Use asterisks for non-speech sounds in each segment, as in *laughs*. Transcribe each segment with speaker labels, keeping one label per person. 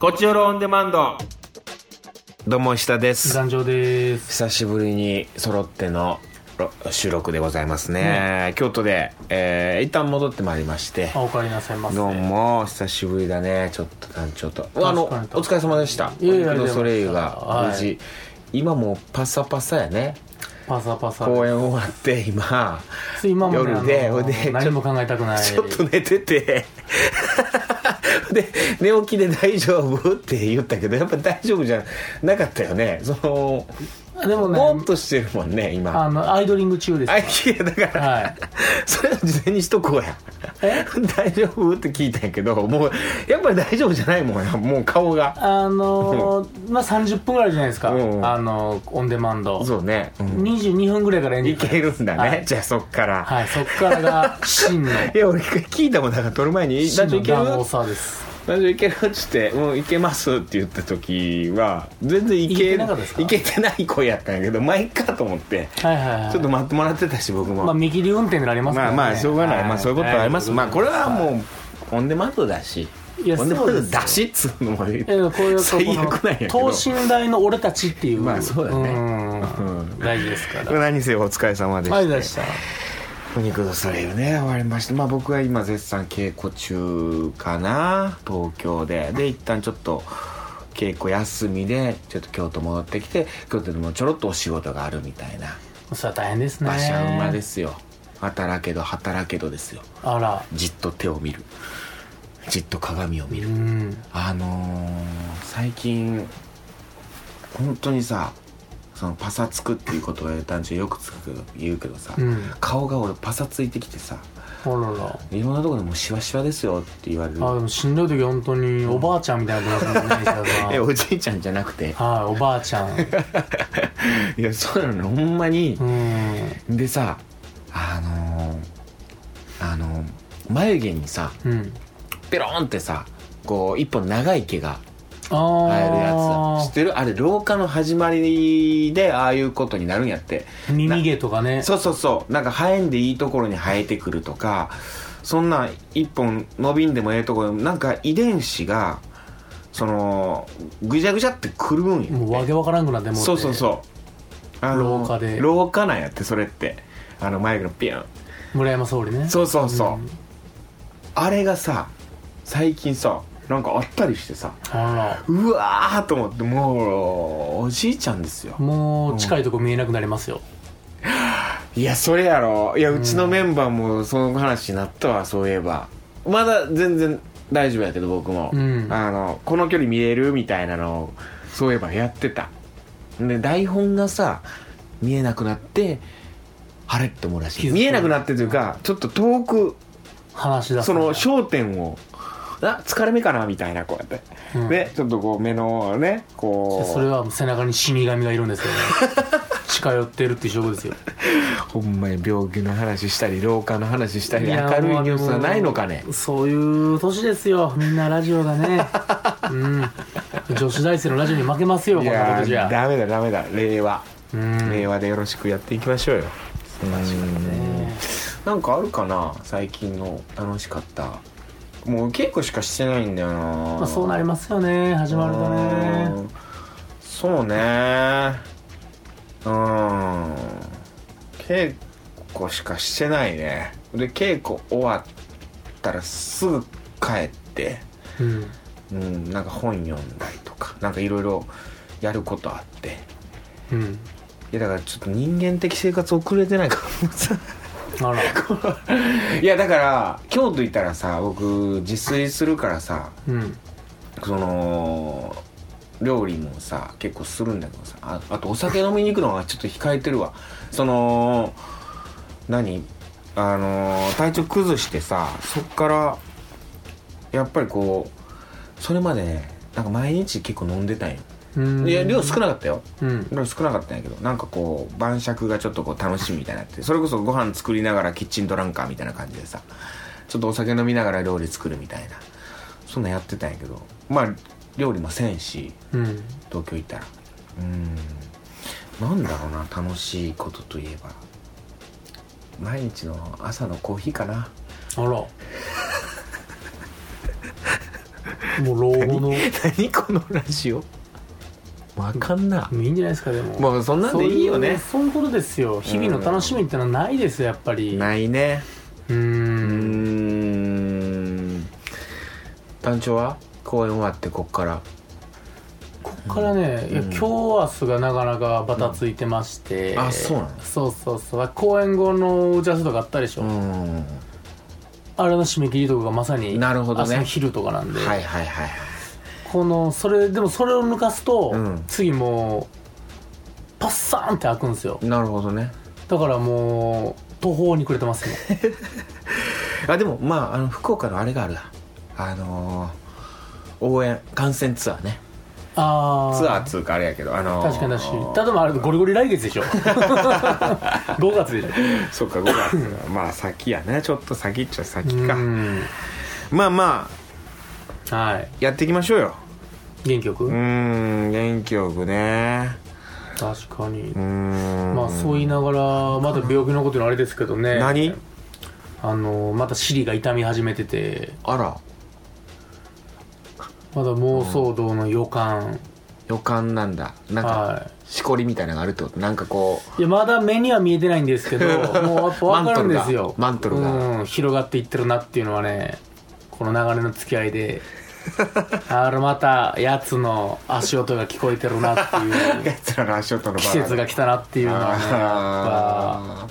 Speaker 1: こちよろオンデマンド。
Speaker 2: どうも下です
Speaker 3: 残上です
Speaker 2: 久しぶりに揃ってのろ収録でございますね、京都で、えー、一旦戻ってまいりまして
Speaker 3: あおかえりなさいませ
Speaker 2: どうも久しぶりだねちょっと団長とうわあのお
Speaker 3: 確かに
Speaker 2: 疲れ様でした
Speaker 3: いやいや
Speaker 2: お肉のソレイユ
Speaker 3: ありがとう
Speaker 2: が
Speaker 3: ござい
Speaker 2: 無
Speaker 3: ました
Speaker 2: 事、今もうパサパサやね
Speaker 3: パサパサ
Speaker 2: 公演終わって今
Speaker 3: つい今もね
Speaker 2: 夜で
Speaker 3: あの
Speaker 2: ほいで
Speaker 3: 何も考えたくない
Speaker 2: ちょっと寝ててで寝起きで大丈夫って言ったけどやっぱ大丈夫じゃなかったよねその
Speaker 3: でもね
Speaker 2: ぼーっとしてるもんね今
Speaker 3: あのアイドリング中です
Speaker 2: あいやだから、
Speaker 3: はい
Speaker 2: それは事前にしとこうや
Speaker 3: え
Speaker 2: 大丈夫って聞いたんやけどもうやっぱり大丈夫じゃないもんやもう顔が
Speaker 3: あのーまあ30分ぐらいじゃないですか、
Speaker 2: うんうん
Speaker 3: あのーオンデマンド
Speaker 2: そうね、うん
Speaker 3: 22分ぐらいからエンディ
Speaker 2: い
Speaker 3: ング
Speaker 2: けるんだね、
Speaker 3: はい
Speaker 2: じゃあそっから、
Speaker 3: はいそっからが真
Speaker 2: *laughs*
Speaker 3: の
Speaker 2: い、や俺聞いたもんだから撮る前に「
Speaker 3: 真
Speaker 2: 団長い
Speaker 3: の
Speaker 2: ける?」
Speaker 3: ダンサーです
Speaker 2: ラジオいけるっつって「うんいけます」って言った時は全然いけ
Speaker 3: いけなかったですか
Speaker 2: いけてない声やったんやけどまあいっかと思って
Speaker 3: はいはいはい
Speaker 2: ちょっと待ってもらってたし僕も、
Speaker 3: まあ見切り運転になります
Speaker 2: ま
Speaker 3: から
Speaker 2: あ
Speaker 3: ね
Speaker 2: まあしょうがない、まあそういうことはあります、
Speaker 3: は
Speaker 2: まあこれはもうオンデマンドだし
Speaker 3: いや
Speaker 2: オンデマン
Speaker 3: そ
Speaker 2: ド
Speaker 3: うですよ
Speaker 2: だしっつうのも
Speaker 3: えーこういう
Speaker 2: 最悪なんやけど
Speaker 3: 等身大の俺たちっていう
Speaker 2: まあそうだね
Speaker 3: うん大事ですから
Speaker 2: 何せお疲れ様でした、
Speaker 3: はいでした
Speaker 2: お肉のそれよね終わりましたまあ僕は今絶賛稽古中かな東京でで一旦ちょっと稽古休みでちょっと京都戻ってきて京都でもちょろっとお仕事があるみたいな
Speaker 3: それは大変ですね
Speaker 2: 馬車馬ですよ働けど働けどですよ
Speaker 3: あら
Speaker 2: じっと手を見るじっと鏡を見
Speaker 3: う
Speaker 2: る
Speaker 3: ん
Speaker 2: あのー、最近本当にさそのパサつくっていうことを団長よくつく言うけどさ、
Speaker 3: うん
Speaker 2: 顔が俺パサついてきてさ
Speaker 3: あらら
Speaker 2: いろんなとこでもうシワシワですよって言われる
Speaker 3: あでもしんどい時本当におばあちゃんみたいになってますもんね石田さ
Speaker 2: *laughs*
Speaker 3: ん
Speaker 2: えおじいちゃんじゃなくて
Speaker 3: はいおばあちゃん
Speaker 2: *laughs* いやそうなのほんまに
Speaker 3: う、ん
Speaker 2: でさあのー、あのー眉毛にさ
Speaker 3: うん
Speaker 2: ペロンってさこう一本長い毛が
Speaker 3: ああ
Speaker 2: 生えるやつ知ってるあれ老化の始まりでああいうことになるんやって
Speaker 3: 耳毛とかね
Speaker 2: そうそうそうなんか生えんでいいところに生えてくるとかそんなん一本伸びんでもええところなんか遺伝子がそのぐじゃぐじゃってくるんや
Speaker 3: もうわけわからんくなっても
Speaker 2: そうそう
Speaker 3: う
Speaker 2: そうあ
Speaker 3: 老化で
Speaker 2: 老化なんやってそれってあの眉毛のピュン
Speaker 3: て村山総理ね
Speaker 2: そうそうそう、
Speaker 3: ん
Speaker 2: あれがさ最近さなんかあったりしてさ
Speaker 3: あ
Speaker 2: うわーと思ってもうおじいちゃんですよ
Speaker 3: らもう近いとこ見えなくなりますよ
Speaker 2: いやそれやろいやうちのメンバーもその話になったわ、そういえばまだ全然大丈夫やけど僕も、
Speaker 3: うん
Speaker 2: あのこの距離見れるみたいなのをそういえばやってたで台本がさ見えなくなってあれって思うらし
Speaker 3: 気づ
Speaker 2: い
Speaker 3: く
Speaker 2: 見えなくなってというかちょっと遠く
Speaker 3: 話し出す
Speaker 2: そ
Speaker 3: の
Speaker 2: の
Speaker 3: が
Speaker 2: 焦点をあ疲れ目かなみたいなこうやって、
Speaker 3: うん
Speaker 2: でちょっとこう目のねこう
Speaker 3: それは背中に死神がいるんですよね
Speaker 2: *laughs*
Speaker 3: 近寄ってるっていう証拠ですよ
Speaker 2: ほんまに病気の話したり老化の話したり明るいニュースはないのかね
Speaker 3: もうそういう年ですよみんなラジオが
Speaker 2: *laughs*
Speaker 3: ねうん女子大生のラジオに負けますよこ
Speaker 2: い
Speaker 3: んなこと
Speaker 2: や
Speaker 3: じ
Speaker 2: ー
Speaker 3: ゃ
Speaker 2: ダメだダメだ令和、
Speaker 3: うん
Speaker 2: 令和でよろしくやっていきましょうようんなんかあるかな最近の楽しかったもう稽古しかしてないんだよな、
Speaker 3: まあ、そうなりますよね始まると
Speaker 2: う
Speaker 3: ね
Speaker 2: んそうねうん稽古しかしてないねで稽古終わったらすぐ帰って
Speaker 3: うん
Speaker 2: うんなんか本読んだりとかなんかいろいろやることあって
Speaker 3: うん
Speaker 2: いやだからちょっと人間的生活遅れてないかもさ
Speaker 3: あら
Speaker 2: *laughs* いやだから京都行ったらさ僕自炊するからさ
Speaker 3: うん
Speaker 2: その料理もさ結構するんだけどさああとお酒飲みに行くのはちょっと控えてるわその何あのー体調崩してさそっからやっぱりこうそれまでねなんか毎日結構飲んでたんよ
Speaker 3: うん
Speaker 2: いや量少なかったよ
Speaker 3: うん
Speaker 2: 量少なかったんやけどなんかこう晩酌がちょっとこう楽しみみたいになってそれこそご飯作りながらキッチンドランカーみたいな感じでさちょっとお酒飲みながら料理作るみたいなそんなんやってたんやけどまあ料理もせんし
Speaker 3: うん
Speaker 2: 東京行ったらうーんなんだろうな楽しいことといえば毎日の朝のコーヒーかな
Speaker 3: あらもう老後の
Speaker 2: 何このラジオわかんな
Speaker 3: もういいんじゃないですかでも
Speaker 2: もうそんなんでいいよね
Speaker 3: そういうそういうことですよ日々の楽しみってのはないですよやっぱりう
Speaker 2: ないね
Speaker 3: ー
Speaker 2: うー
Speaker 3: ん
Speaker 2: ん団長は公演終わってこっから
Speaker 3: こっからね、いや
Speaker 2: うん
Speaker 3: 今日明日がなかなかバタついてまして、
Speaker 2: うんあそうなんだ
Speaker 3: そうそうそう公演後の打ち合わせとかあったでしょ、
Speaker 2: うん
Speaker 3: あれの締め切りとかがまさに
Speaker 2: なるほどね
Speaker 3: 朝の昼とかなんで、
Speaker 2: はいはいはい
Speaker 3: このそれでもそれを抜かすと、
Speaker 2: うん
Speaker 3: 次もうパッサーンって開くんですよ
Speaker 2: なるほどね
Speaker 3: だからもう途方に暮れてます
Speaker 2: *laughs*
Speaker 3: ね
Speaker 2: あでもまああの福岡のあれがあるなあのー応援観戦ツアーね
Speaker 3: ああ
Speaker 2: ツアーっつうかあれやけどあのー
Speaker 3: 確かに確かにただまあれゴリゴリ来月
Speaker 2: *laughs*
Speaker 3: でしょ5月でしょ
Speaker 2: そっか5月まあ先やねちょっと先っちゃ先か
Speaker 3: うん
Speaker 2: まあまあ
Speaker 3: はい
Speaker 2: やっていきましょうよ
Speaker 3: 原曲、
Speaker 2: うーん元気よくね
Speaker 3: 確かに、
Speaker 2: うーん
Speaker 3: まあそう言いながらまだ病気のことのあれですけどね
Speaker 2: 何
Speaker 3: あのまた尻が痛み始めてて
Speaker 2: あら
Speaker 3: まだ妄想動の予感、
Speaker 2: 予感なんだなんか
Speaker 3: は
Speaker 2: しこりみたいなのがあるってことなんかこ
Speaker 3: いいやまだ目には見えてないんです
Speaker 2: *laughs*
Speaker 3: けどもうやっぱ分かるんですよ
Speaker 2: マントルがマントル
Speaker 3: うん、広がっていってるなっていうのはねこの流れの付き合
Speaker 2: *laughs*
Speaker 3: いであれまたやつの足音が聞こえてるなって
Speaker 2: う
Speaker 3: い
Speaker 2: *laughs*
Speaker 3: う
Speaker 2: やつらの足音のバ
Speaker 3: 季
Speaker 2: ラ
Speaker 3: 節が来たなっていうのはねやっぱ
Speaker 2: あ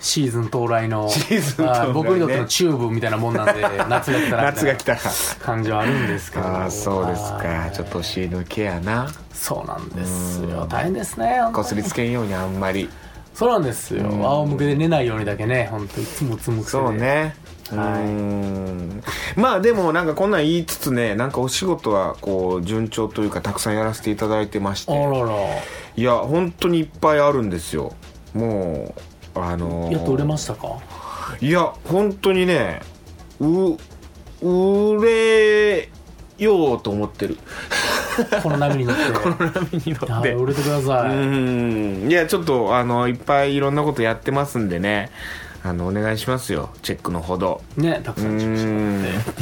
Speaker 3: シーズン到来の
Speaker 2: シーズン到来ね
Speaker 3: あー僕にとってのチューブみたいなもんなんで夏が来
Speaker 2: ー
Speaker 3: たら
Speaker 2: *laughs* 夏が来たら
Speaker 3: 感じはあるんですけど
Speaker 2: ああそうです
Speaker 3: は
Speaker 2: か
Speaker 3: い
Speaker 2: ちょっとお尻のケアな
Speaker 3: そうなんです
Speaker 2: う
Speaker 3: よ
Speaker 2: ん
Speaker 3: 大変ですね本当
Speaker 2: こ
Speaker 3: に
Speaker 2: すりつけんようにあんまり
Speaker 3: そうなんですよ
Speaker 2: うん
Speaker 3: 仰向けで寝ないようにだけね本当いつもうつむくせで
Speaker 2: そうねう
Speaker 3: はい
Speaker 2: ーんまあでもなんかこんなん言いつつねなんかお仕事はこう順調というかたくさんやらせていただいてまし
Speaker 3: あ
Speaker 2: て
Speaker 3: らら
Speaker 2: いや本当にいっぱいあるんですよもうあのー
Speaker 3: やっと売れましたか
Speaker 2: いや本当にねう売れようと思ってる
Speaker 3: この波に
Speaker 2: *laughs*
Speaker 3: 乗って
Speaker 2: 波に乗っ
Speaker 3: はい
Speaker 2: て
Speaker 3: 売れてくだ
Speaker 2: う
Speaker 3: さい、
Speaker 2: ーんいやちょっとあのいっぱいいろんなことやってますんでねあのお願いしますよチェックのほど
Speaker 3: ねたく
Speaker 2: う
Speaker 3: さん注文しても
Speaker 2: ー
Speaker 3: らっ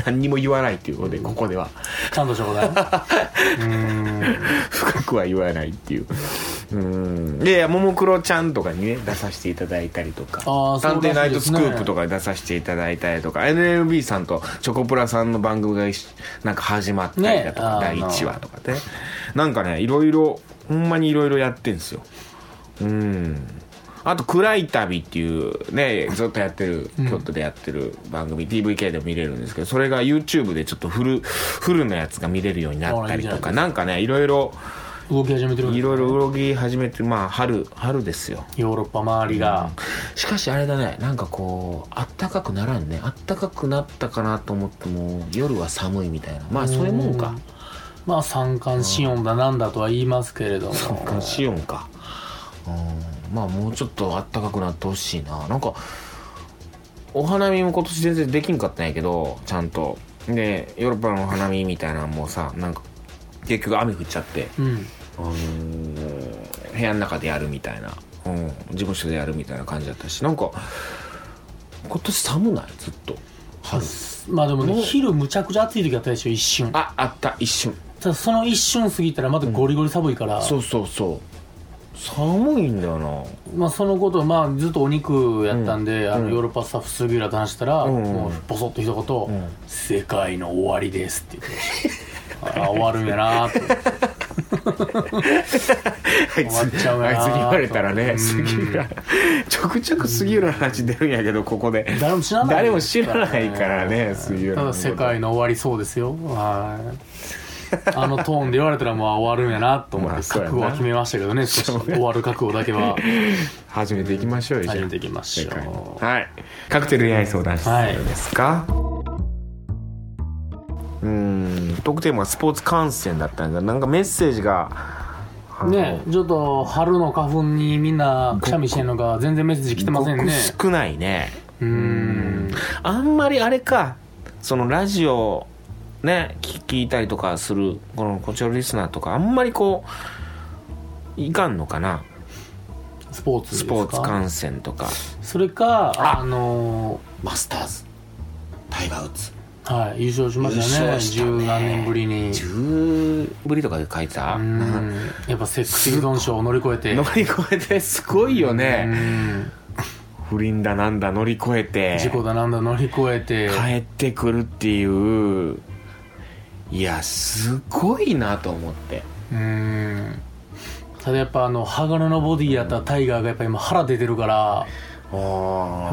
Speaker 2: ん *laughs* 何にも言わないっていうことでここでは
Speaker 3: てちゃんとしてく
Speaker 2: *laughs*
Speaker 3: ださいうーん
Speaker 2: 深くは言わないっていううーんいやいやももクロちゃんとかにね出させていただいたりとか
Speaker 3: あーそうら
Speaker 2: 探
Speaker 3: しいですね
Speaker 2: 偵ナイトスクープ」とかに出させていただいたりとか NLB さんとチョコプラさんの番組が一緒なんか始まったりだとか、
Speaker 3: ね
Speaker 2: 第
Speaker 3: あー
Speaker 2: 1話とかねなんかねいろいろほんまにいろいろやってんですようーんあと「暗い旅」っていうねずっとやってる京都でやってる番組、TVK でも見れるんですけどそれが YouTube でちょっとフルフルのやつが見れるようになったりとか
Speaker 3: あ
Speaker 2: なんかねいろいろ
Speaker 3: 動き始めてるんですね
Speaker 2: いろいろ動き始めてまあ春春ですよ
Speaker 3: ヨーロッパ周りが、
Speaker 2: しかしあれだねなんかこうあったかくならんねあったかくなったかなと思っても夜は寒いみたいなまあそういうもんか
Speaker 3: まあ三寒四温だなんだとは言いますけれども
Speaker 2: シオンかうんまあもうちょっとあったかくなってほしいななんかお花見も今年全然できんかったんやけどちゃんとでヨーロッパのお花見みたいなのもさなんか結局雨降っちゃって
Speaker 3: うん
Speaker 2: あのー部屋の中でやるみたいな、うん、事務所でやるみたいな感じだったしなんか今年寒ないずっと春
Speaker 3: まあでもね
Speaker 2: もう
Speaker 3: 昼むちゃくちゃ暑い時あったでしょ一瞬
Speaker 2: ああった一瞬
Speaker 3: ただその一瞬過ぎたらまたゴリゴリ寒いから、
Speaker 2: そうそうそう寒いんだよな
Speaker 3: まあ、そのことをまあずっとお肉やったんで、あ
Speaker 2: う
Speaker 3: の
Speaker 2: ん
Speaker 3: ヨーロッパスタッフ杉浦と話したら、
Speaker 2: うん
Speaker 3: もうボソッと一言、
Speaker 2: うん
Speaker 3: 世界の終わりです」って言ってましたああ終わるんやなーって
Speaker 2: *laughs*
Speaker 3: *laughs*
Speaker 2: あいつ
Speaker 3: 終わっちゃうな
Speaker 2: あいつに言われたら
Speaker 3: う
Speaker 2: ね
Speaker 3: ん
Speaker 2: 杉浦 *laughs* ちょくちょく杉浦の話出るんやけどここで
Speaker 3: 誰も知らない
Speaker 2: 誰も知らないからね杉浦
Speaker 3: た
Speaker 2: の
Speaker 3: だ
Speaker 2: こと
Speaker 3: 世界の終わりそうですよはいあのトーンで言われたらもうあ終わるんやなと思っ
Speaker 2: まあ
Speaker 3: て
Speaker 2: そう
Speaker 3: 覚
Speaker 2: やな
Speaker 3: 悟は決めましたけどね少し終わる覚悟だけは
Speaker 2: 始めていきましょうよじゃあ
Speaker 3: 始めていきまし
Speaker 2: 世
Speaker 3: ょ
Speaker 2: 界の
Speaker 3: う
Speaker 2: はいカクテル恋愛相談室
Speaker 3: はい
Speaker 2: ですか、うーん特テーマはスポーツ観戦だったんだなんかメッセージがあの
Speaker 3: ねちょっと春の花粉にみんなくしゃみしてんのか全然メッセージ来てませんね
Speaker 2: ごく少ないね
Speaker 3: うーん
Speaker 2: あんまりあれかそのラジオね聞聞いたりとかするこのこちらのリスナーとかあんまりこういかんのかな
Speaker 3: スポーツです
Speaker 2: ス
Speaker 3: か
Speaker 2: ポーツ観戦とか
Speaker 3: それか
Speaker 2: あ
Speaker 3: あの
Speaker 2: マスターズタイガー・ウッズ
Speaker 3: はい、優勝しました
Speaker 2: 優
Speaker 3: ね
Speaker 2: 勝したね
Speaker 3: 10何年ぶりに
Speaker 2: 10ぶりとかで書いてた、
Speaker 3: う
Speaker 2: なん
Speaker 3: んやっぱセックス依存症を乗り越えて
Speaker 2: 乗り越えてすごいよ
Speaker 3: う
Speaker 2: ね、
Speaker 3: ん
Speaker 2: 不倫だなんだ乗り越えて
Speaker 3: 事故だなんだ乗り越えて
Speaker 2: 帰ってくるっていういやすごいなと思って
Speaker 3: うんただやっぱあの鋼のボディやったタイガーがやっぱ今腹出てるから
Speaker 2: あ
Speaker 3: う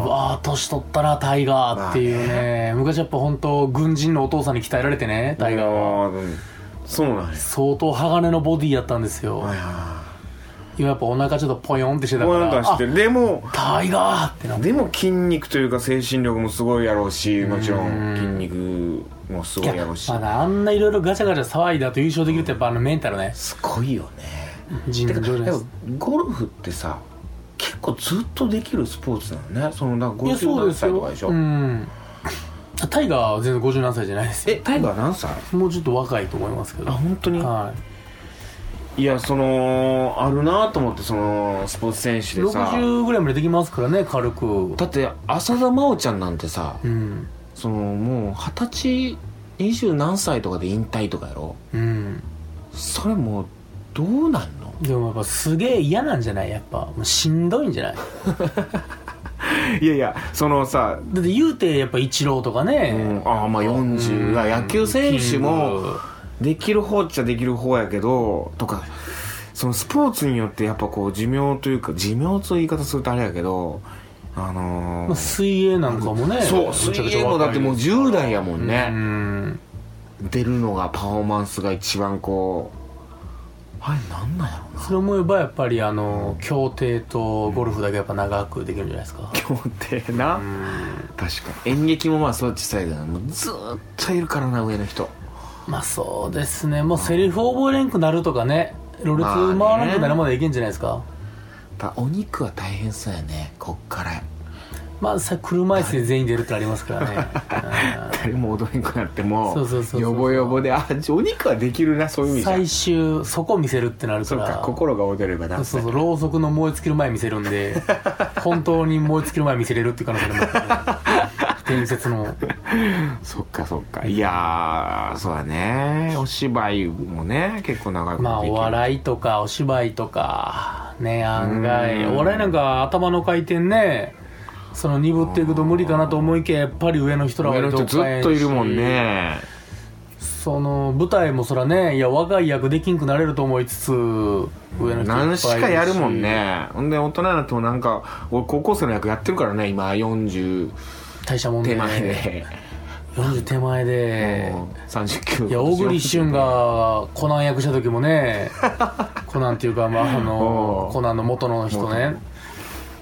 Speaker 3: わあ年取ったなタイガーっていうね昔やっぱ本当軍人のお父さんに鍛えられてねタイガーは
Speaker 2: うんそうなんです
Speaker 3: 相当鋼のボディやったんですよ今やっぱお腹ちょっとポヨンってしてた
Speaker 2: も
Speaker 3: か
Speaker 2: うなん
Speaker 3: ら
Speaker 2: かして
Speaker 3: あ
Speaker 2: でも
Speaker 3: タイガーってなって
Speaker 2: でも筋肉というか精神力もすごいやろうしもちろん筋肉もすごいやろうし
Speaker 3: まだあんないろいろガチャガチャ騒いだと優勝できるってやっぱあのメンタルね
Speaker 2: すごいよね
Speaker 3: 尋常じゃない
Speaker 2: で
Speaker 3: で
Speaker 2: も
Speaker 3: す
Speaker 2: ゴルフってさ結構ずっとできるスポーツなのねそのだから
Speaker 3: いやそう
Speaker 2: 57
Speaker 3: です
Speaker 2: 歳とか
Speaker 3: よ
Speaker 2: でしょ
Speaker 3: うんタイガーは全然50何歳じゃないですよ
Speaker 2: えタイガー何歳
Speaker 3: もうちょっと若いと思いますけど
Speaker 2: あ本当に
Speaker 3: はい
Speaker 2: やそのあるなと思ってそのスポーツ選手
Speaker 3: い
Speaker 2: でさ
Speaker 3: 60ぐらいまでできますからね軽く
Speaker 2: だって浅田真央ちゃんなんてさ
Speaker 3: うん
Speaker 2: そのもう二十歳二十何歳とかで引退とかやろ
Speaker 3: うん
Speaker 2: それもうどうなんの
Speaker 3: でもやっぱすげえ嫌なんじゃないやっぱもうしんどいんじゃない
Speaker 2: いやいやそのさ、
Speaker 3: だって言うてやっぱイチローとかね、
Speaker 2: うんああまあ40が野球選手もできる方っちゃできる方やけどとかそのスポーツによってやっぱこう寿命というか寿命という言い方するとあれやけどあの
Speaker 3: ま
Speaker 2: ー
Speaker 3: あ水泳なんかもね
Speaker 2: そう
Speaker 3: めちゃくちゃ
Speaker 2: 水泳もだってもう10代やもん
Speaker 3: う
Speaker 2: ね、
Speaker 3: ん
Speaker 2: 出るのがパフォーマンスが一番こうあれなんなんやろうな
Speaker 3: それ思えばやっぱりあの競艇とゴルフだけやっぱ長くできるんじゃないですか
Speaker 2: 協定
Speaker 3: *laughs*
Speaker 2: な、確かに演劇もまあそうっちさえだなもうずーっといるからな上の人
Speaker 3: まあそうですねもうセリフ覚えれんくなるとかねロレツ回らなくなるまでいけんじゃないですか
Speaker 2: だお肉は大変そうやねこっから
Speaker 3: まあさ車椅子で全員出るってありますからね
Speaker 2: *laughs* 誰も踊れんくなっても
Speaker 3: そうそうそうそう
Speaker 2: よぼよぼであお肉はできるなそういう意
Speaker 3: うん
Speaker 2: 味じゃ
Speaker 3: 最
Speaker 2: ん
Speaker 3: 終そこ見せるってなるか
Speaker 2: そう
Speaker 3: ら
Speaker 2: か心が踊ればダ
Speaker 3: そう
Speaker 2: ンス
Speaker 3: そうろうそくの燃え尽きる前見せるんで本当に燃え尽きる前見せれるっていう可能性もあるからね伝説の
Speaker 2: そっかそっかいやーそうだねお芝居もね結構長く
Speaker 3: まあお
Speaker 2: い
Speaker 3: 笑いとかお芝居とかね案外
Speaker 2: うん
Speaker 3: お笑いなんか頭の回転ねその鈍っていくと無理かなと思いきややっぱり上の人らは
Speaker 2: 上の人ずっといるもんね
Speaker 3: その舞台もそらねいや若い役できんくなれると思いつつ上の人いっぱいい
Speaker 2: 何
Speaker 3: る
Speaker 2: しかやるもんねほんで大人になってもなんか俺高校生の役やってるからね今40
Speaker 3: 大したもんね
Speaker 2: 手前で、
Speaker 3: 40手前で
Speaker 2: もう39
Speaker 3: いや小栗旬がコナン役した時
Speaker 2: *laughs*
Speaker 3: もねコナンっていうか、まあ、あ
Speaker 2: お
Speaker 3: の
Speaker 2: う
Speaker 3: コナンの元の人ね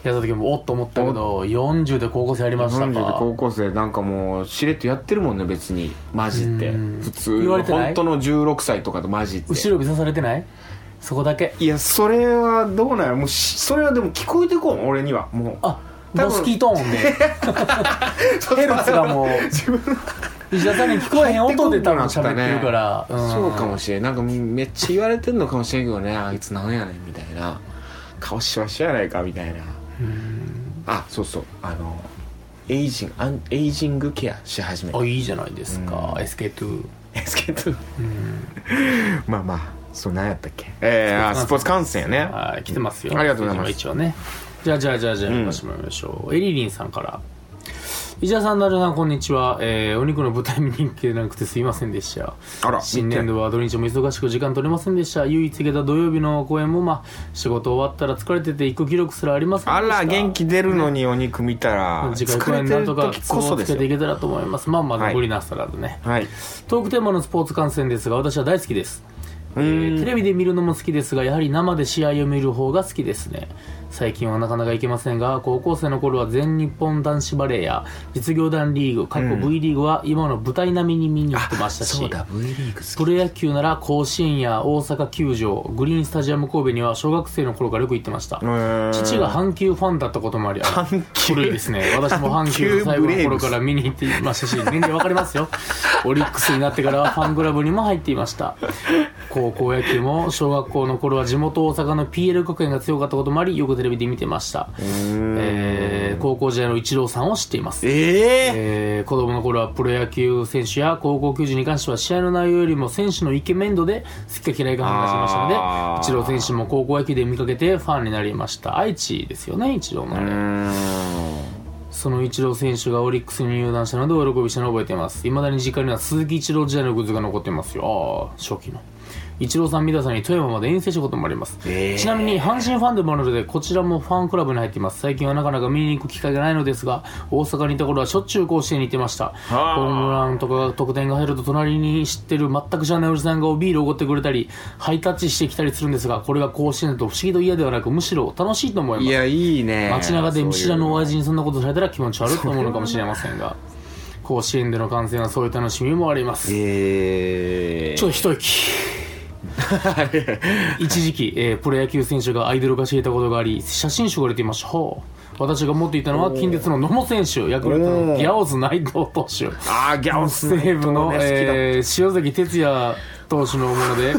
Speaker 3: やった時もおっと思ったけど40で高校生やりました
Speaker 2: 40で
Speaker 3: か
Speaker 2: 高校生なんかもうしれっとやってるもんね別にマジって
Speaker 3: うん
Speaker 2: 普通
Speaker 3: 言われてない
Speaker 2: 本当の16歳とかとマジって
Speaker 3: 後ろ指さされてないそこだけ
Speaker 2: いやそれはどうなんやもうしそれはでも聞こえてこん俺にはもう
Speaker 3: あ
Speaker 2: 多分
Speaker 3: モスキートーンで
Speaker 2: *laughs*
Speaker 3: ヘルツがもう
Speaker 2: 自分
Speaker 3: 石田さんに聞こえへん音で多分喋ってるから、ん
Speaker 2: そうかもしれんなんかめっちゃ言われてんのかもしれんけどねあいつなんやねんみたいな顔しわしやないかみたいなあそうそうあのエイジングアンエイジングケアし始めた
Speaker 3: あいいじゃないですか、SK2
Speaker 2: ですけどまあまあそう何やったっけえー、あスポーツ観戦やね
Speaker 3: はい、来てますよ。
Speaker 2: ありがとうございます
Speaker 3: 一応ね。じゃあ、じゃあ、じゃあ、じゃあ、
Speaker 2: うん
Speaker 3: 行かしてもらいましょう。エリリンさんから。石田さん、ダルさん、こんにちは。えー、お肉の舞台見に行けなくてすいませんでした。
Speaker 2: あら
Speaker 3: 新年度は土日も忙しく時間取れませんでした。唯一行けた土曜日の公演も、まあ、仕事終わったら疲れてて行く気力すらありませんで
Speaker 2: あ
Speaker 3: した。
Speaker 2: ら元気出るのにお肉見たら
Speaker 3: 次回公演なんとか、
Speaker 2: 疲こそで
Speaker 3: つ
Speaker 2: す
Speaker 3: けてい
Speaker 2: よ
Speaker 3: けたらと思います。まあ、ま
Speaker 2: は
Speaker 3: だ
Speaker 2: い
Speaker 3: 無理なさらずね。
Speaker 2: はい
Speaker 3: トークテーマのスポーツ観戦ですが私は大好きです、え
Speaker 2: う
Speaker 3: ー
Speaker 2: ん
Speaker 3: テレビで見るのも好きですがやはり生で試合を見る方が好きですね最近はなかなか行けませんが高校生の頃は全日本男子バレーや実業団リーグ過去 V リーグは今の舞台並みに見に行ってましたし、
Speaker 2: そうだ V リーグ好
Speaker 3: プロ野球なら甲子園や大阪球場グリーンスタジアム神戸には小学生の頃からよく行ってました、
Speaker 2: き
Speaker 3: 父が阪急ファンだったこともあり
Speaker 2: 阪急
Speaker 3: 古いですね私も阪急の最
Speaker 2: 阪急ブ
Speaker 3: 後
Speaker 2: レ
Speaker 3: の
Speaker 2: ーブ
Speaker 3: 頃
Speaker 2: ス
Speaker 3: から見に行っていましたし年齢わか
Speaker 2: *laughs*
Speaker 3: りますよオリックスになってからはファンクラブにも入っていました高校野球も小学校の頃は地元大阪の PL 学園が強かったこともありよくテレビで見てました、
Speaker 2: ーん
Speaker 3: えー高校時代のイチローさんを知っています
Speaker 2: ええ
Speaker 3: えー子供の頃はプロ野球選手や高校球児に関しては試合の内容よりも選手のイケメン度で好きか嫌いが判断しましたの
Speaker 2: あ
Speaker 3: で
Speaker 2: ー
Speaker 3: イチロー選手も高校野球で見かけてファンになりました愛知ですよねイチローのあれ
Speaker 2: うーん
Speaker 3: そのイチロー選手がオリックスに入団したのでお喜びしたのを覚えています。未だに実家には鈴木イチロー時代のグッズが残ってますよ。ああ、初期の。イチローさん、三田さんに富山まで遠征したこともあります。
Speaker 2: ええ
Speaker 3: ちなみに、阪神ファンでもあるので、こちらもファンクラブに入っています。最近はなかなか見に行く機会がないのですが、大阪にいた頃はしょっちゅう甲子園に行ってました。ホ
Speaker 2: あ
Speaker 3: ームランとか得点が入ると、隣に知ってる全く知らないおじさんがビールをおごってくれたり、ハイタッチしてきたりするんですが、これが甲子園だと不思議と嫌ではなく、むしろ楽しいと思います
Speaker 2: い。やいいね
Speaker 3: 街中で見知らぬお味にそんなことされたら気持ち悪いと思うのかもしれませんが甲子園での観戦はそういう楽しみもあります
Speaker 2: ええ
Speaker 3: ちょっと一息一時期、えープロ野球選手がアイドル化していたことがあり写真集が出ていましたほう私が持っていたのは近鉄の野茂選手ヤクルトのギャオズ内藤投手
Speaker 2: ああギャオス
Speaker 3: 西武の、
Speaker 2: 好きだった
Speaker 3: えー塩崎哲也投手のも
Speaker 2: *laughs*
Speaker 3: ので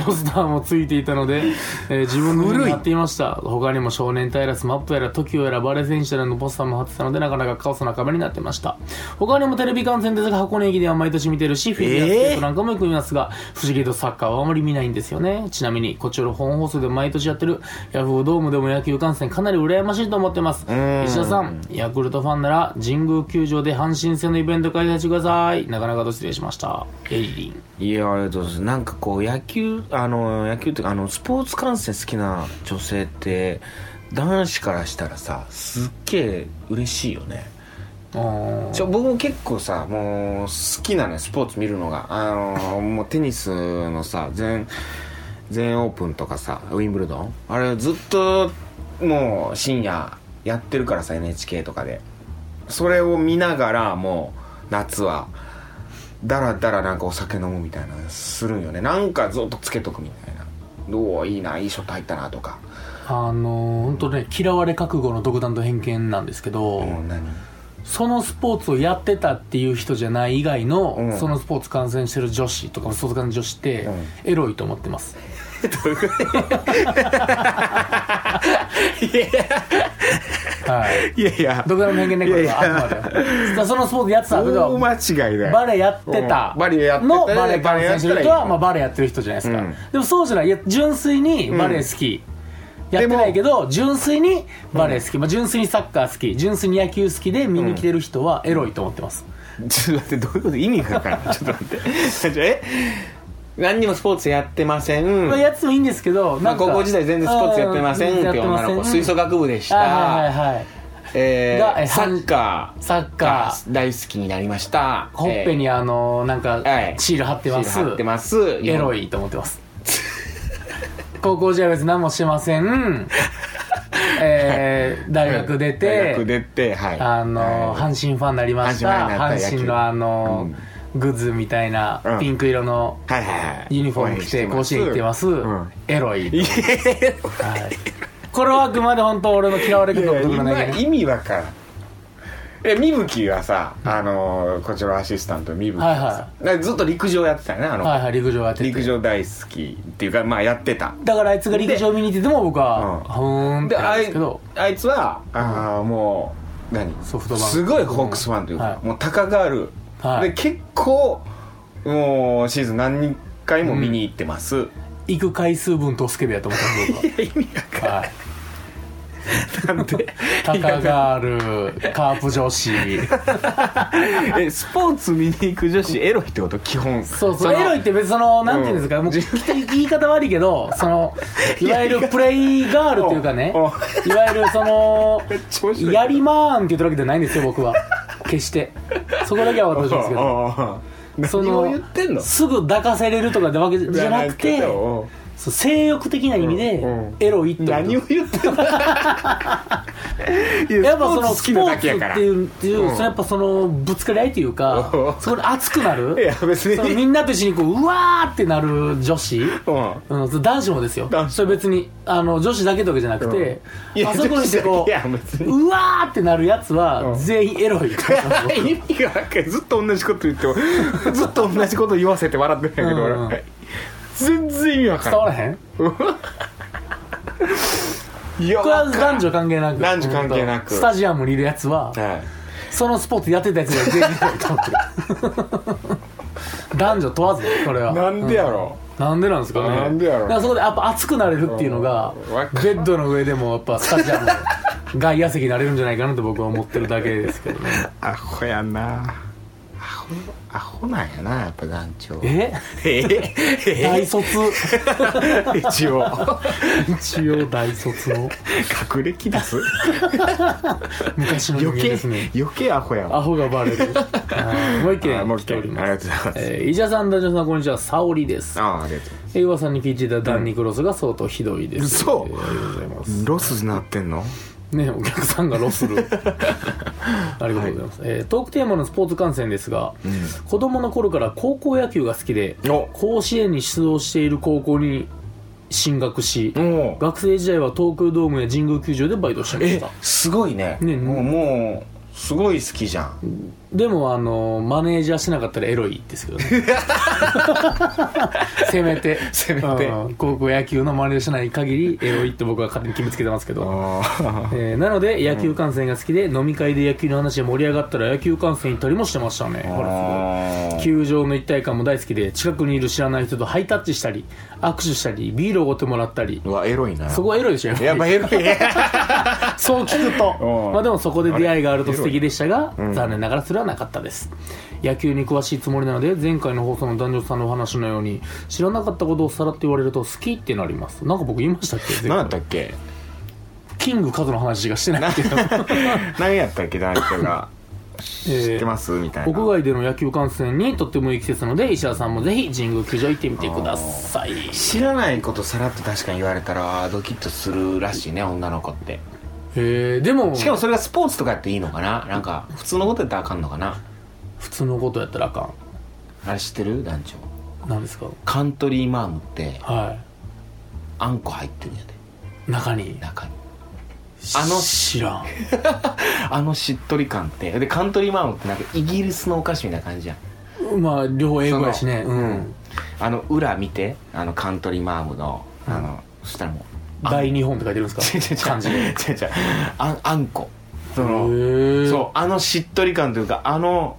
Speaker 3: ポスターもついていたので、えー自分の
Speaker 2: 古
Speaker 3: に
Speaker 2: い
Speaker 3: 貼っていました他にも少年隊やらスマップやら TOKIO やらバレー選手やらのポスターも貼ってたのでなかなかカオスな壁になってました他にもテレビ観戦ですが箱根駅では毎年見てるしフィギュアスケートなんかもよく見ますが、不思議とサッカーはあまり見ないんですよねちなみにこちらの本放送で毎年やってるヤフードームでも野球観戦かなり羨ましいと思ってます
Speaker 2: ん
Speaker 3: 石田さんヤクルトファンなら神宮球場で阪神戦のイベント開催してくださいなかなかと失礼しましたエイリン
Speaker 2: いやありがとうございますなんかこう野球あの野球っていうかあのスポーツ観戦好きな女性って男子からしたらさすっげえ嬉しいよね
Speaker 3: あー
Speaker 2: ちょ僕も結構さもう好きなねスポーツ見るのがあのもうテニスのさ全全オープンとかさウィンブルドンあれずっともう深夜やってるからさ NHK とかでそれを見ながらもう夏はだらだらなんかお酒飲むみたいなのするんよねなんかずっとつけとくみたいなどういいないいショット入ったなとか
Speaker 3: あのー、本当ね嫌われ覚悟の独断と偏見なんですけど、
Speaker 2: もう何
Speaker 3: そのスポーツをやってたっていう人じゃない以外の、
Speaker 2: うん
Speaker 3: そのスポーツ観戦してる女子とかスポーツ観戦女子って、
Speaker 2: うん
Speaker 3: エロいと思ってます
Speaker 2: *laughs*
Speaker 3: はい
Speaker 2: いやいや
Speaker 3: 独断の偏見ねこれはあくまでだからそのスポーツやってたけど
Speaker 2: 大間違いだよ
Speaker 3: バレエやってた
Speaker 2: うんバレエやってた
Speaker 3: のバレエ観戦する人は、
Speaker 2: バレエやったらいい
Speaker 3: まあ、バレエやってる人じゃないですか、
Speaker 2: うん
Speaker 3: でもそうじゃないいや純粋にバレエ好き、やってないけど純粋にバレエ好き、まあ、純粋にサッカー好き純粋に野球好きで見に来てる人はエロいと思ってます、
Speaker 2: ちょっと待ってどういうこと意味がわからないちょっと待ってえ何にもスポーツやってません、
Speaker 3: まあ、やつもいいんですけど
Speaker 2: ま
Speaker 3: な
Speaker 2: あ、
Speaker 3: んか
Speaker 2: 高校時代全然スポーツやってません
Speaker 3: う
Speaker 2: って女の子吹奏楽部でし
Speaker 3: あはい
Speaker 2: た
Speaker 3: はいはい
Speaker 2: え
Speaker 3: がえ
Speaker 2: ーサッカー
Speaker 3: サッカー
Speaker 2: が大好きになりました
Speaker 3: ほっぺにあのなんか
Speaker 2: はい
Speaker 3: シール貼って
Speaker 2: えー
Speaker 3: ま
Speaker 2: シ
Speaker 3: す、
Speaker 2: ール貼ってます
Speaker 3: エロいと思ってます高校時代は別に何もしてません、えー、大学出て
Speaker 2: 大学出てはい
Speaker 3: あの
Speaker 2: はい
Speaker 3: 阪神ファンになりました
Speaker 2: 阪神ファンになった
Speaker 3: 阪神のあの、グッズみたいな
Speaker 2: うん
Speaker 3: ピンク色の
Speaker 2: はいはいはい
Speaker 3: ユニフォーム着て甲子園行ってます、
Speaker 2: うん
Speaker 3: エロい、
Speaker 2: いや
Speaker 3: はい、これはあくまで本当俺の嫌われるところないけど
Speaker 2: 今意味わからんえみぶきはさあのこちらのアシスタントみぶきがさ、
Speaker 3: はいは
Speaker 2: だからずっと陸上やってたよねあの、
Speaker 3: はいはい陸上やってて
Speaker 2: 陸上大好きっていうかまあやってた
Speaker 3: だからあいつが陸上見に行ってても僕は
Speaker 2: うん
Speaker 3: ふーんって
Speaker 2: で
Speaker 3: な
Speaker 2: あ
Speaker 3: るんで
Speaker 2: い
Speaker 3: すけど
Speaker 2: あいつはああもう何
Speaker 3: ソフトバンク
Speaker 2: すごいホークスファンというか、
Speaker 3: はい
Speaker 2: もう高がある、
Speaker 3: はい
Speaker 2: で結構もうシーズン何回も見に行って
Speaker 3: *laughs*
Speaker 2: ます、
Speaker 3: 行く回数分とスケベやと思ったんで
Speaker 2: 意
Speaker 3: す
Speaker 2: 味わか *laughs*
Speaker 3: 僕は、はい、
Speaker 2: らんなんで
Speaker 3: タカガールカープ女子
Speaker 2: *laughs* *laughs* えスポーツ見に行く女子エロいってこと基本
Speaker 3: そうそう
Speaker 2: の
Speaker 3: エロいって別にそのなんていうんですか、もう言い方悪いけどそのいわゆるプレイガールというかね
Speaker 2: おうおう
Speaker 3: いわゆるその
Speaker 2: めっちゃ面白い
Speaker 3: やりまーんって言ってるわけじゃないんですよ僕は決してそこだけは分かってほしいん
Speaker 2: *laughs*
Speaker 3: ですけど
Speaker 2: うん
Speaker 3: そ
Speaker 2: 何
Speaker 3: の
Speaker 2: を言ってんの
Speaker 3: すぐ抱かせれるとかってわけじゃなくて
Speaker 2: じゃど
Speaker 3: そう性欲的な意味で
Speaker 2: うんうん
Speaker 3: エロいってこと
Speaker 2: 何を言ってんのい
Speaker 3: やっぱそ
Speaker 2: ス
Speaker 3: の
Speaker 2: ポーツ好
Speaker 3: ス
Speaker 2: きな
Speaker 3: ポー
Speaker 2: だ
Speaker 3: ツ
Speaker 2: けや
Speaker 3: っ
Speaker 2: から
Speaker 3: ていうっていう
Speaker 2: うん
Speaker 3: そのやっぱそのぶつかり合いという
Speaker 2: お
Speaker 3: か
Speaker 2: う
Speaker 3: そこで熱くなる
Speaker 2: *laughs* いや別に
Speaker 3: そのみんなと一緒にこううわーってなる女子
Speaker 2: うん
Speaker 3: うん、それ男子もですよ
Speaker 2: 男子も
Speaker 3: それ別にあの女子だけとかじゃなくて、
Speaker 2: うんいや
Speaker 3: あそこにしてこ
Speaker 2: 女子だけいや別
Speaker 3: う
Speaker 2: に
Speaker 3: うわーってなるやつは
Speaker 2: ん
Speaker 3: 全員
Speaker 2: *laughs*
Speaker 3: エロい、
Speaker 2: 意味がなんかずっと同じこと言ってもずっと同じこと言わせて笑ってるんやけど
Speaker 3: うん
Speaker 2: 俺全然意味わか
Speaker 3: 伝わ
Speaker 2: らん
Speaker 3: らへん
Speaker 2: いや
Speaker 3: これは男女関係なく
Speaker 2: 男女関係なく
Speaker 3: スタジアムにいるやつは、
Speaker 2: はい
Speaker 3: そのスポーツやってたやつが全員いると思ってる *laughs* 男女問わずこれは
Speaker 2: なんでやろ
Speaker 3: なんでなんですかね
Speaker 2: なんでやろ
Speaker 3: だからそこでやっぱ熱くなれるっていうのが
Speaker 2: うんわか
Speaker 3: ベッドの上でもやっぱスタジアムの外野席になれるんじゃないかなと僕は思ってるだけですけどね
Speaker 2: アホやなアホアホなんやなやっぱ団長
Speaker 3: え
Speaker 2: え
Speaker 3: 大卒
Speaker 2: 一応
Speaker 3: 一応大卒の
Speaker 2: 学歴
Speaker 3: *laughs*
Speaker 2: です
Speaker 3: 昔の人間
Speaker 2: 余計
Speaker 3: ですね
Speaker 2: 余計アホや
Speaker 3: ア
Speaker 2: わ
Speaker 3: ホがバレるはいもう一
Speaker 2: あもう
Speaker 3: 件
Speaker 2: 一件
Speaker 3: 来ております
Speaker 2: ありがとうございます
Speaker 3: えー、伊者さん男女さんこんにちは沙織です
Speaker 2: ああありがとうございま
Speaker 3: えー噂に聞いていたダンニクロスが相当ひどいです
Speaker 2: 嘘
Speaker 3: えーありがとうございます
Speaker 2: すロスになってんの
Speaker 3: ね、お客さんがロ
Speaker 2: *laughs*
Speaker 3: スるありがとうございます、えートークテーマのスポーツ観戦ですが、子供の頃から高校野球が好きで
Speaker 2: お
Speaker 3: 甲子園に出場している高校に進学し
Speaker 2: お
Speaker 3: 学生時代は東京ドームや神宮球場でバイトしてまし
Speaker 2: え
Speaker 3: た
Speaker 2: すごいね
Speaker 3: ね
Speaker 2: もうもうすごい好きじゃん
Speaker 3: でもあのマネージャーしてなかったらエロいです
Speaker 2: *laughs*
Speaker 3: けどねせめて
Speaker 2: せめて
Speaker 3: うん高校野球のマネージャーしない限りエロいって僕は勝手に決めつけてますけど
Speaker 2: あ
Speaker 3: えーなので野球観戦が好きで、飲み会で野球の話で盛り上がったら野球観戦行ったりもしてましたねこれすごい球場の一体感も大好きで近くにいる知らない人とハイタッチしたり握手したりビールをおごってもらったり
Speaker 2: うわエロいな
Speaker 3: そこはエロいでしょやっぱり
Speaker 2: やっぱエロい
Speaker 3: *laughs* そう聞くと
Speaker 2: うん
Speaker 3: まあでもそこで出会いがあると素敵でしたが残念ながらそれはなかったです野球に詳しいつもりなので前回の放送の男女さんのお話のように知らなかったことをさらって言われると好きってなりますなんか僕言いましたっけ
Speaker 2: *laughs* 何やったっけ
Speaker 3: キングカズの話がしてないけど *laughs*
Speaker 2: 何やったっけ団長が知ってますみたいな
Speaker 3: 屋外での野球観戦にとってもいい季節なので石田さんもぜひ神宮球場行ってみてくださいへ
Speaker 2: 知らないことさらっと確かに言われたらドキッとするらしいね女の子って
Speaker 3: えでも
Speaker 2: しかもそれがスポーツとかやっていいのかななんか普通のことやったらあかんのかな
Speaker 3: 普通のことやったらあか
Speaker 2: あれ知ってる団長
Speaker 3: んなんですか
Speaker 2: カントリーマームって
Speaker 3: は
Speaker 2: あんこ入ってるんやで
Speaker 3: い中に
Speaker 2: 中にあの
Speaker 3: 知らん
Speaker 2: あのしっとり感ってでカントリーマームってなんかイギリスのお菓子みたいな感じやん
Speaker 3: まあ両方英語やしね
Speaker 2: その
Speaker 3: うん
Speaker 2: あの裏見てあのカントリーマームのあの、そしたらもう
Speaker 3: 大日本って書いてるん *laughs* です
Speaker 2: 違
Speaker 3: か
Speaker 2: う違う違う違う違
Speaker 3: 漢字へ
Speaker 2: うあんあんこその
Speaker 3: え
Speaker 2: そうあのしっとり感というかあの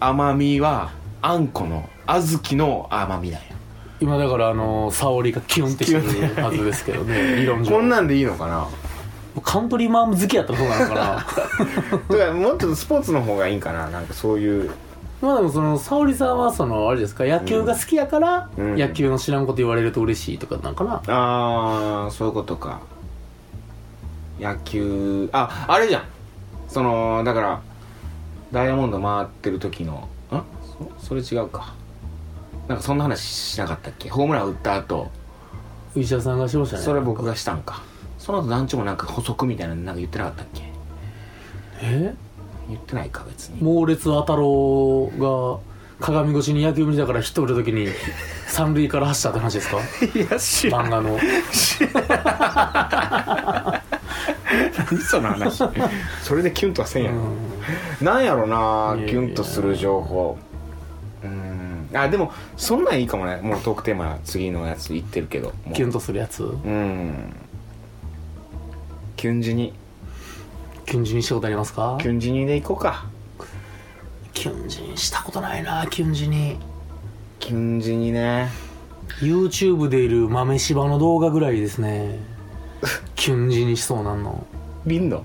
Speaker 2: 甘みはあんこの小豆の甘みなんや
Speaker 3: 今だからあの沙織がキュンってしてるはずですけど *laughs* ね理論
Speaker 2: こん
Speaker 3: 上
Speaker 2: なんでいいのか *laughs* な
Speaker 3: カントリーマーム好きやったらそうなのか *laughs* な
Speaker 2: だからもうちょっとスポーツの方がいいんかななんかそういう
Speaker 3: まあでもその沙織さんはそのあれですか野球が好きやから
Speaker 2: うん
Speaker 3: 野球の知らんこと言われると嬉しいとかなんかな
Speaker 2: ああそういうことか野球ああれじゃんそのだからダイヤモンド回ってる時のんそそれ違うかなんかそんな話しなかったっけホームラン打った後
Speaker 3: 医者さんがしましたね
Speaker 2: それ僕がしたんかその後団長もなんか補足みたいなのなんか言ってなかったっけ
Speaker 3: え
Speaker 2: 言ってないか別に
Speaker 3: 猛烈あたろうが鏡越しに野球見てたからヒット打った時に三塁から走ったって話ですか
Speaker 2: いや知
Speaker 3: 漫画の
Speaker 2: 嘘の話 *laughs* それでキュンとはせんやろ、なんやろない
Speaker 3: やいや
Speaker 2: キュンとする情報うんあでもそんなんいいかもねもうトークテーマ次のやつ言ってるけどもう
Speaker 3: キュンとするやつ
Speaker 2: うんキュンジに
Speaker 3: キュンジンしたことありますか
Speaker 2: キュンジにでいこうか
Speaker 3: キュンジンしたことないなキュンジに
Speaker 2: キュンジにね
Speaker 3: YouTube でいる豆柴の動画ぐらいですねキュンジにしそうなんの
Speaker 2: 見んの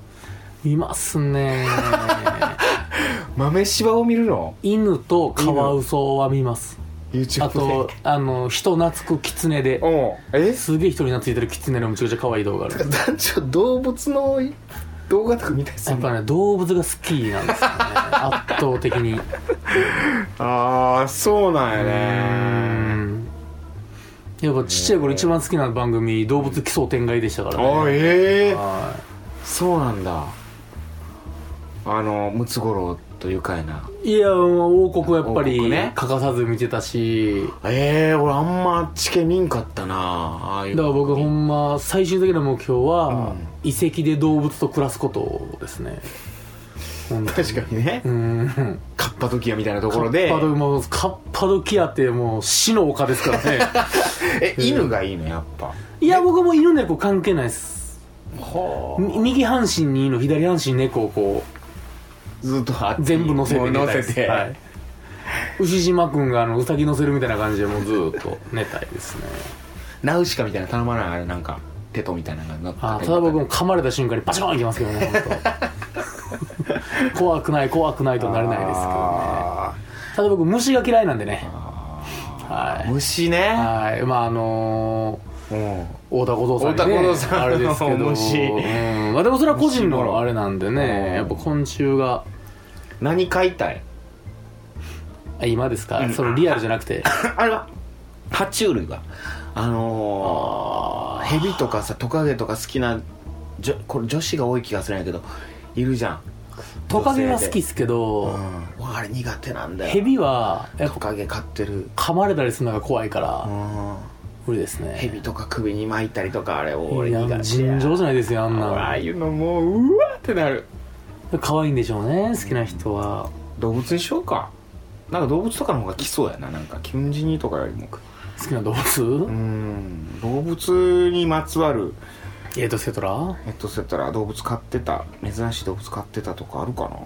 Speaker 3: いま
Speaker 2: *laughs*
Speaker 3: すね
Speaker 2: 豆柴を見るの
Speaker 3: 犬とカワウソは見ます
Speaker 2: YouTube
Speaker 3: あとあの人懐くキツネ
Speaker 2: で
Speaker 3: で
Speaker 2: うんえ
Speaker 3: すげえ人に懐いてるキツネのむちゃくちゃ可愛い動画ある
Speaker 2: 団長動物の動画とか見たりす
Speaker 3: や
Speaker 2: る
Speaker 3: っ
Speaker 2: の
Speaker 3: ぱね動物が好きなんですよ
Speaker 2: *laughs*
Speaker 3: ね圧倒的にう
Speaker 2: ああそうなんやね
Speaker 3: ーんやっぱちっちゃい頃一番好きな番組動物奇想天外でしたから
Speaker 2: あ
Speaker 3: ね
Speaker 2: ええー、
Speaker 3: は
Speaker 2: そうなんだあのムツゴロウと愉快ない
Speaker 3: いや王国はやっぱ
Speaker 2: 王
Speaker 3: り
Speaker 2: 国ね
Speaker 3: 欠かさず見てたし
Speaker 2: ええ俺あんま地形見んかったなああいう
Speaker 3: だから僕ほんま最終的な目標は
Speaker 2: うん
Speaker 3: 遺跡で動物と暮らすことですね本当に
Speaker 2: 確かにね、
Speaker 3: うん
Speaker 2: カッパドキアみたいなと
Speaker 3: カ
Speaker 2: ころ
Speaker 3: ッ
Speaker 2: で
Speaker 3: パドもうカッパドキアってもう死の
Speaker 2: *laughs*
Speaker 3: 丘ですからね
Speaker 2: え犬がいいのやっぱ
Speaker 3: いや僕も犬猫関係ないです
Speaker 2: ほ
Speaker 3: み右半身に犬左半身に猫をこ
Speaker 2: うずっとあっ
Speaker 3: う
Speaker 2: て
Speaker 3: 全部乗せて
Speaker 2: もう
Speaker 3: 寝たい
Speaker 2: 乗
Speaker 3: で
Speaker 2: せ
Speaker 3: す
Speaker 2: て、
Speaker 3: はい、牛島君があのうさぎ乗せるみたいな感じでもうずーっと *laughs* 寝たいですね
Speaker 2: ナウシカみたいなの頼まないあれなんかテトみたいなのが
Speaker 3: あ
Speaker 2: な
Speaker 3: あ
Speaker 2: って
Speaker 3: ただ僕も噛まれた瞬間にバチコーンいきますけどね
Speaker 2: *laughs*
Speaker 3: 本当怖くない怖くないとなれないですけどね
Speaker 2: あ
Speaker 3: ただ僕虫が嫌いなんでね
Speaker 2: ーあ
Speaker 3: は
Speaker 2: ー
Speaker 3: い
Speaker 2: 虫ね
Speaker 3: はいまああのー
Speaker 2: うん
Speaker 3: 太田小僧さんに、
Speaker 2: 太
Speaker 3: ね、
Speaker 2: 田小僧さんの
Speaker 3: あれですけど
Speaker 2: 虫
Speaker 3: うんまあ、でもそれは個人
Speaker 2: 虫も
Speaker 3: のあれなんで
Speaker 2: うん
Speaker 3: ねやっぱ昆虫が
Speaker 2: 何飼いたい *laughs*
Speaker 3: あ今ですか、そのリアルじゃなくて
Speaker 2: あれは爬虫類があのー、ヘビとかさトカゲとか好きなじょこれ女子が多い気がするんやけどいるじゃん
Speaker 3: トカゲは好きっ
Speaker 2: す
Speaker 3: すけど、
Speaker 2: うん、あれ苦手なんだよ
Speaker 3: ヘビはやっ
Speaker 2: トカゲ飼ってる
Speaker 3: ぱ噛まれたりするのが怖いから、
Speaker 2: うん
Speaker 3: 無理ですね
Speaker 2: ヘビとか首に巻いたりとかあれ俺
Speaker 3: いや
Speaker 2: 苦手
Speaker 3: 尋常じゃないですよあん
Speaker 2: 俺
Speaker 3: な
Speaker 2: ああ
Speaker 3: の
Speaker 2: いうのもううわってなる
Speaker 3: 可愛いんでしょうね好きな人は、
Speaker 2: 動物にしようかなんか動物とかの方が来そうやななんかキュンジニとかよりも
Speaker 3: 好きな動物、
Speaker 2: うん動物にまつわる
Speaker 3: エイドセトラ
Speaker 2: えっとそうやったら動物飼ってた珍しい動物飼ってたとかあるかなも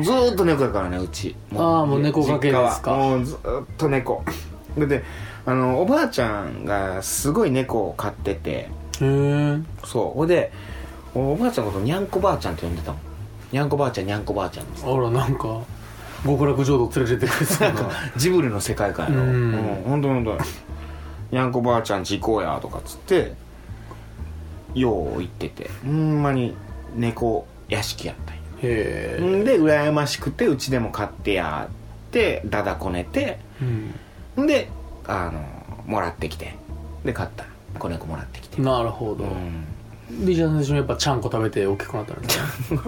Speaker 2: うずーっと猫やからねうち
Speaker 3: あーもう猫家系です
Speaker 2: 実家
Speaker 3: か
Speaker 2: はもうずーっと猫 *laughs* でであのおばあちゃんがすごい猫を飼ってて
Speaker 3: へえ
Speaker 2: そうほいでおばあちゃんのことにゃんこばあちゃんって呼んでたもんにゃんこばあちゃんにゃんこばあちゃんって
Speaker 3: あらなんか極楽浄土連れてってくれそうな
Speaker 2: *laughs* ジブリの世界観やろ
Speaker 3: う
Speaker 2: うんん本当に本当ににゃんこばあちゃんち行こうやとかっつってよう行っててほんまに猫屋敷やったんや
Speaker 3: へえ、
Speaker 2: んで羨ましくてうちでも飼ってやってだだこねて
Speaker 3: うん、
Speaker 2: んであのもらってきてで飼った子猫もらってきて
Speaker 3: なるほど、
Speaker 2: うん
Speaker 3: でじゃあ最初にやっぱちゃんこ食べて大きくなったん
Speaker 2: *laughs*
Speaker 3: ですね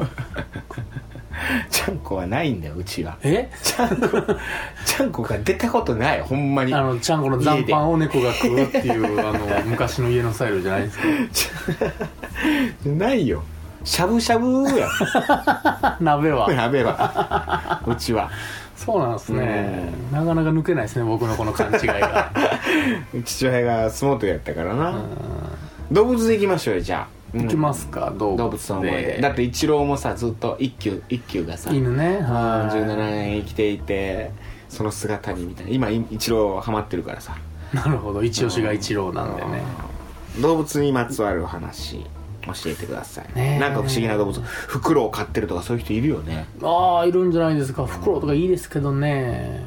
Speaker 2: ちゃんこはないんだようちは
Speaker 3: え
Speaker 2: ちゃんこ、ちゃんこが出たことない、ほんまに。
Speaker 3: あのちゃんこの残飯を猫が食うっていう
Speaker 2: *laughs*
Speaker 3: あの昔の家のスタイルじゃないですか
Speaker 2: ないよ。しゃぶしゃぶや。
Speaker 3: *laughs* 鍋は
Speaker 2: やべえわ。うちは。
Speaker 3: そうなんですねなかなか抜けないですね僕のこの勘違い
Speaker 2: *laughs*
Speaker 3: が
Speaker 2: 父親が相撲取りやったから
Speaker 3: う
Speaker 2: な。
Speaker 3: ん
Speaker 2: 動物で行きましょうよ、じゃあ。うん
Speaker 3: 行きますか動
Speaker 2: 動物
Speaker 3: 物
Speaker 2: の思い出。だって一郎もさ、ずっと一休、一休がさ、
Speaker 3: 犬ねはい
Speaker 2: 17年生きていて、その姿にみたいな。今、い一郎ハマってるからさ。
Speaker 3: なるほど一押しが一郎なんでね
Speaker 2: 動物にまつわる話。教えてください、
Speaker 3: ねえ
Speaker 2: なんか不思議な動物フクロウ飼ってるとかそういう人いるよね
Speaker 3: ああいるんじゃないですかフクロウとかいいですけどね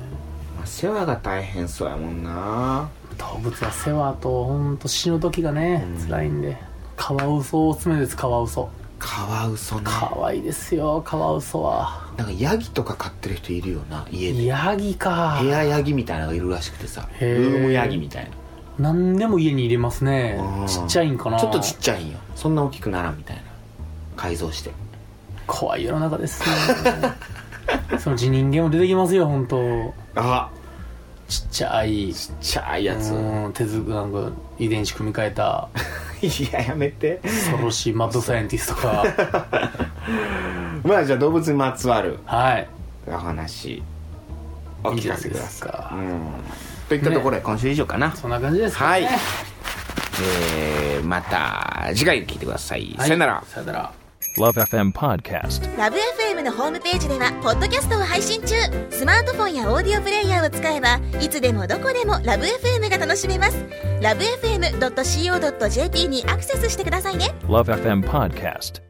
Speaker 2: まあ世話が大変そうやもんな
Speaker 3: 動物は世話と本当死ぬ時がね
Speaker 2: うん
Speaker 3: 辛いんでカワウソおすすめですカワウソ
Speaker 2: カワウソね
Speaker 3: 可愛いですよカワウソは
Speaker 2: なんかヤギとか飼ってる人いるよな家で
Speaker 3: ヤギか
Speaker 2: 部屋ヤギみたいなのがいるらしくてさル
Speaker 3: へー
Speaker 2: ームヤギみたい
Speaker 3: 何でも家に入れますね
Speaker 2: うん
Speaker 3: ちっちゃいんか
Speaker 2: な
Speaker 3: な
Speaker 2: ちょっとちっちゃいんよそんな大きくならんみたいな改造して
Speaker 3: 怖い世の中ですね *laughs* そのうち人間も出てきますよ本当
Speaker 2: あ
Speaker 3: ちっちゃい
Speaker 2: ちっちゃいやつ *laughs* い
Speaker 3: うん手作なんか遺伝子組み替えた
Speaker 2: ややめて
Speaker 3: 恐ろしいマッドサイエンティストか
Speaker 2: まあじゃあ動物にまつわる *laughs*
Speaker 3: はい
Speaker 2: お話お
Speaker 3: いい
Speaker 2: 聞
Speaker 3: じゃ
Speaker 2: か
Speaker 3: ない
Speaker 2: せく
Speaker 3: で
Speaker 2: だ
Speaker 3: す
Speaker 2: さい
Speaker 3: か
Speaker 2: うんといったところで今週以上かな、
Speaker 3: そんな感じですか
Speaker 2: は
Speaker 3: ね
Speaker 2: い、えー、また次回聞いてください、
Speaker 3: はい
Speaker 2: さよなら
Speaker 3: さよなら
Speaker 1: Love FM Podcast.
Speaker 4: ラブ f m のホームページではポッドキャストを配信中スマートフォンやオーディオプレイヤーを使えばいつでもどこでもラブ f m が楽しめますラブ FM.co.jp にアクセスしてくださいね
Speaker 1: Love FM Podcast.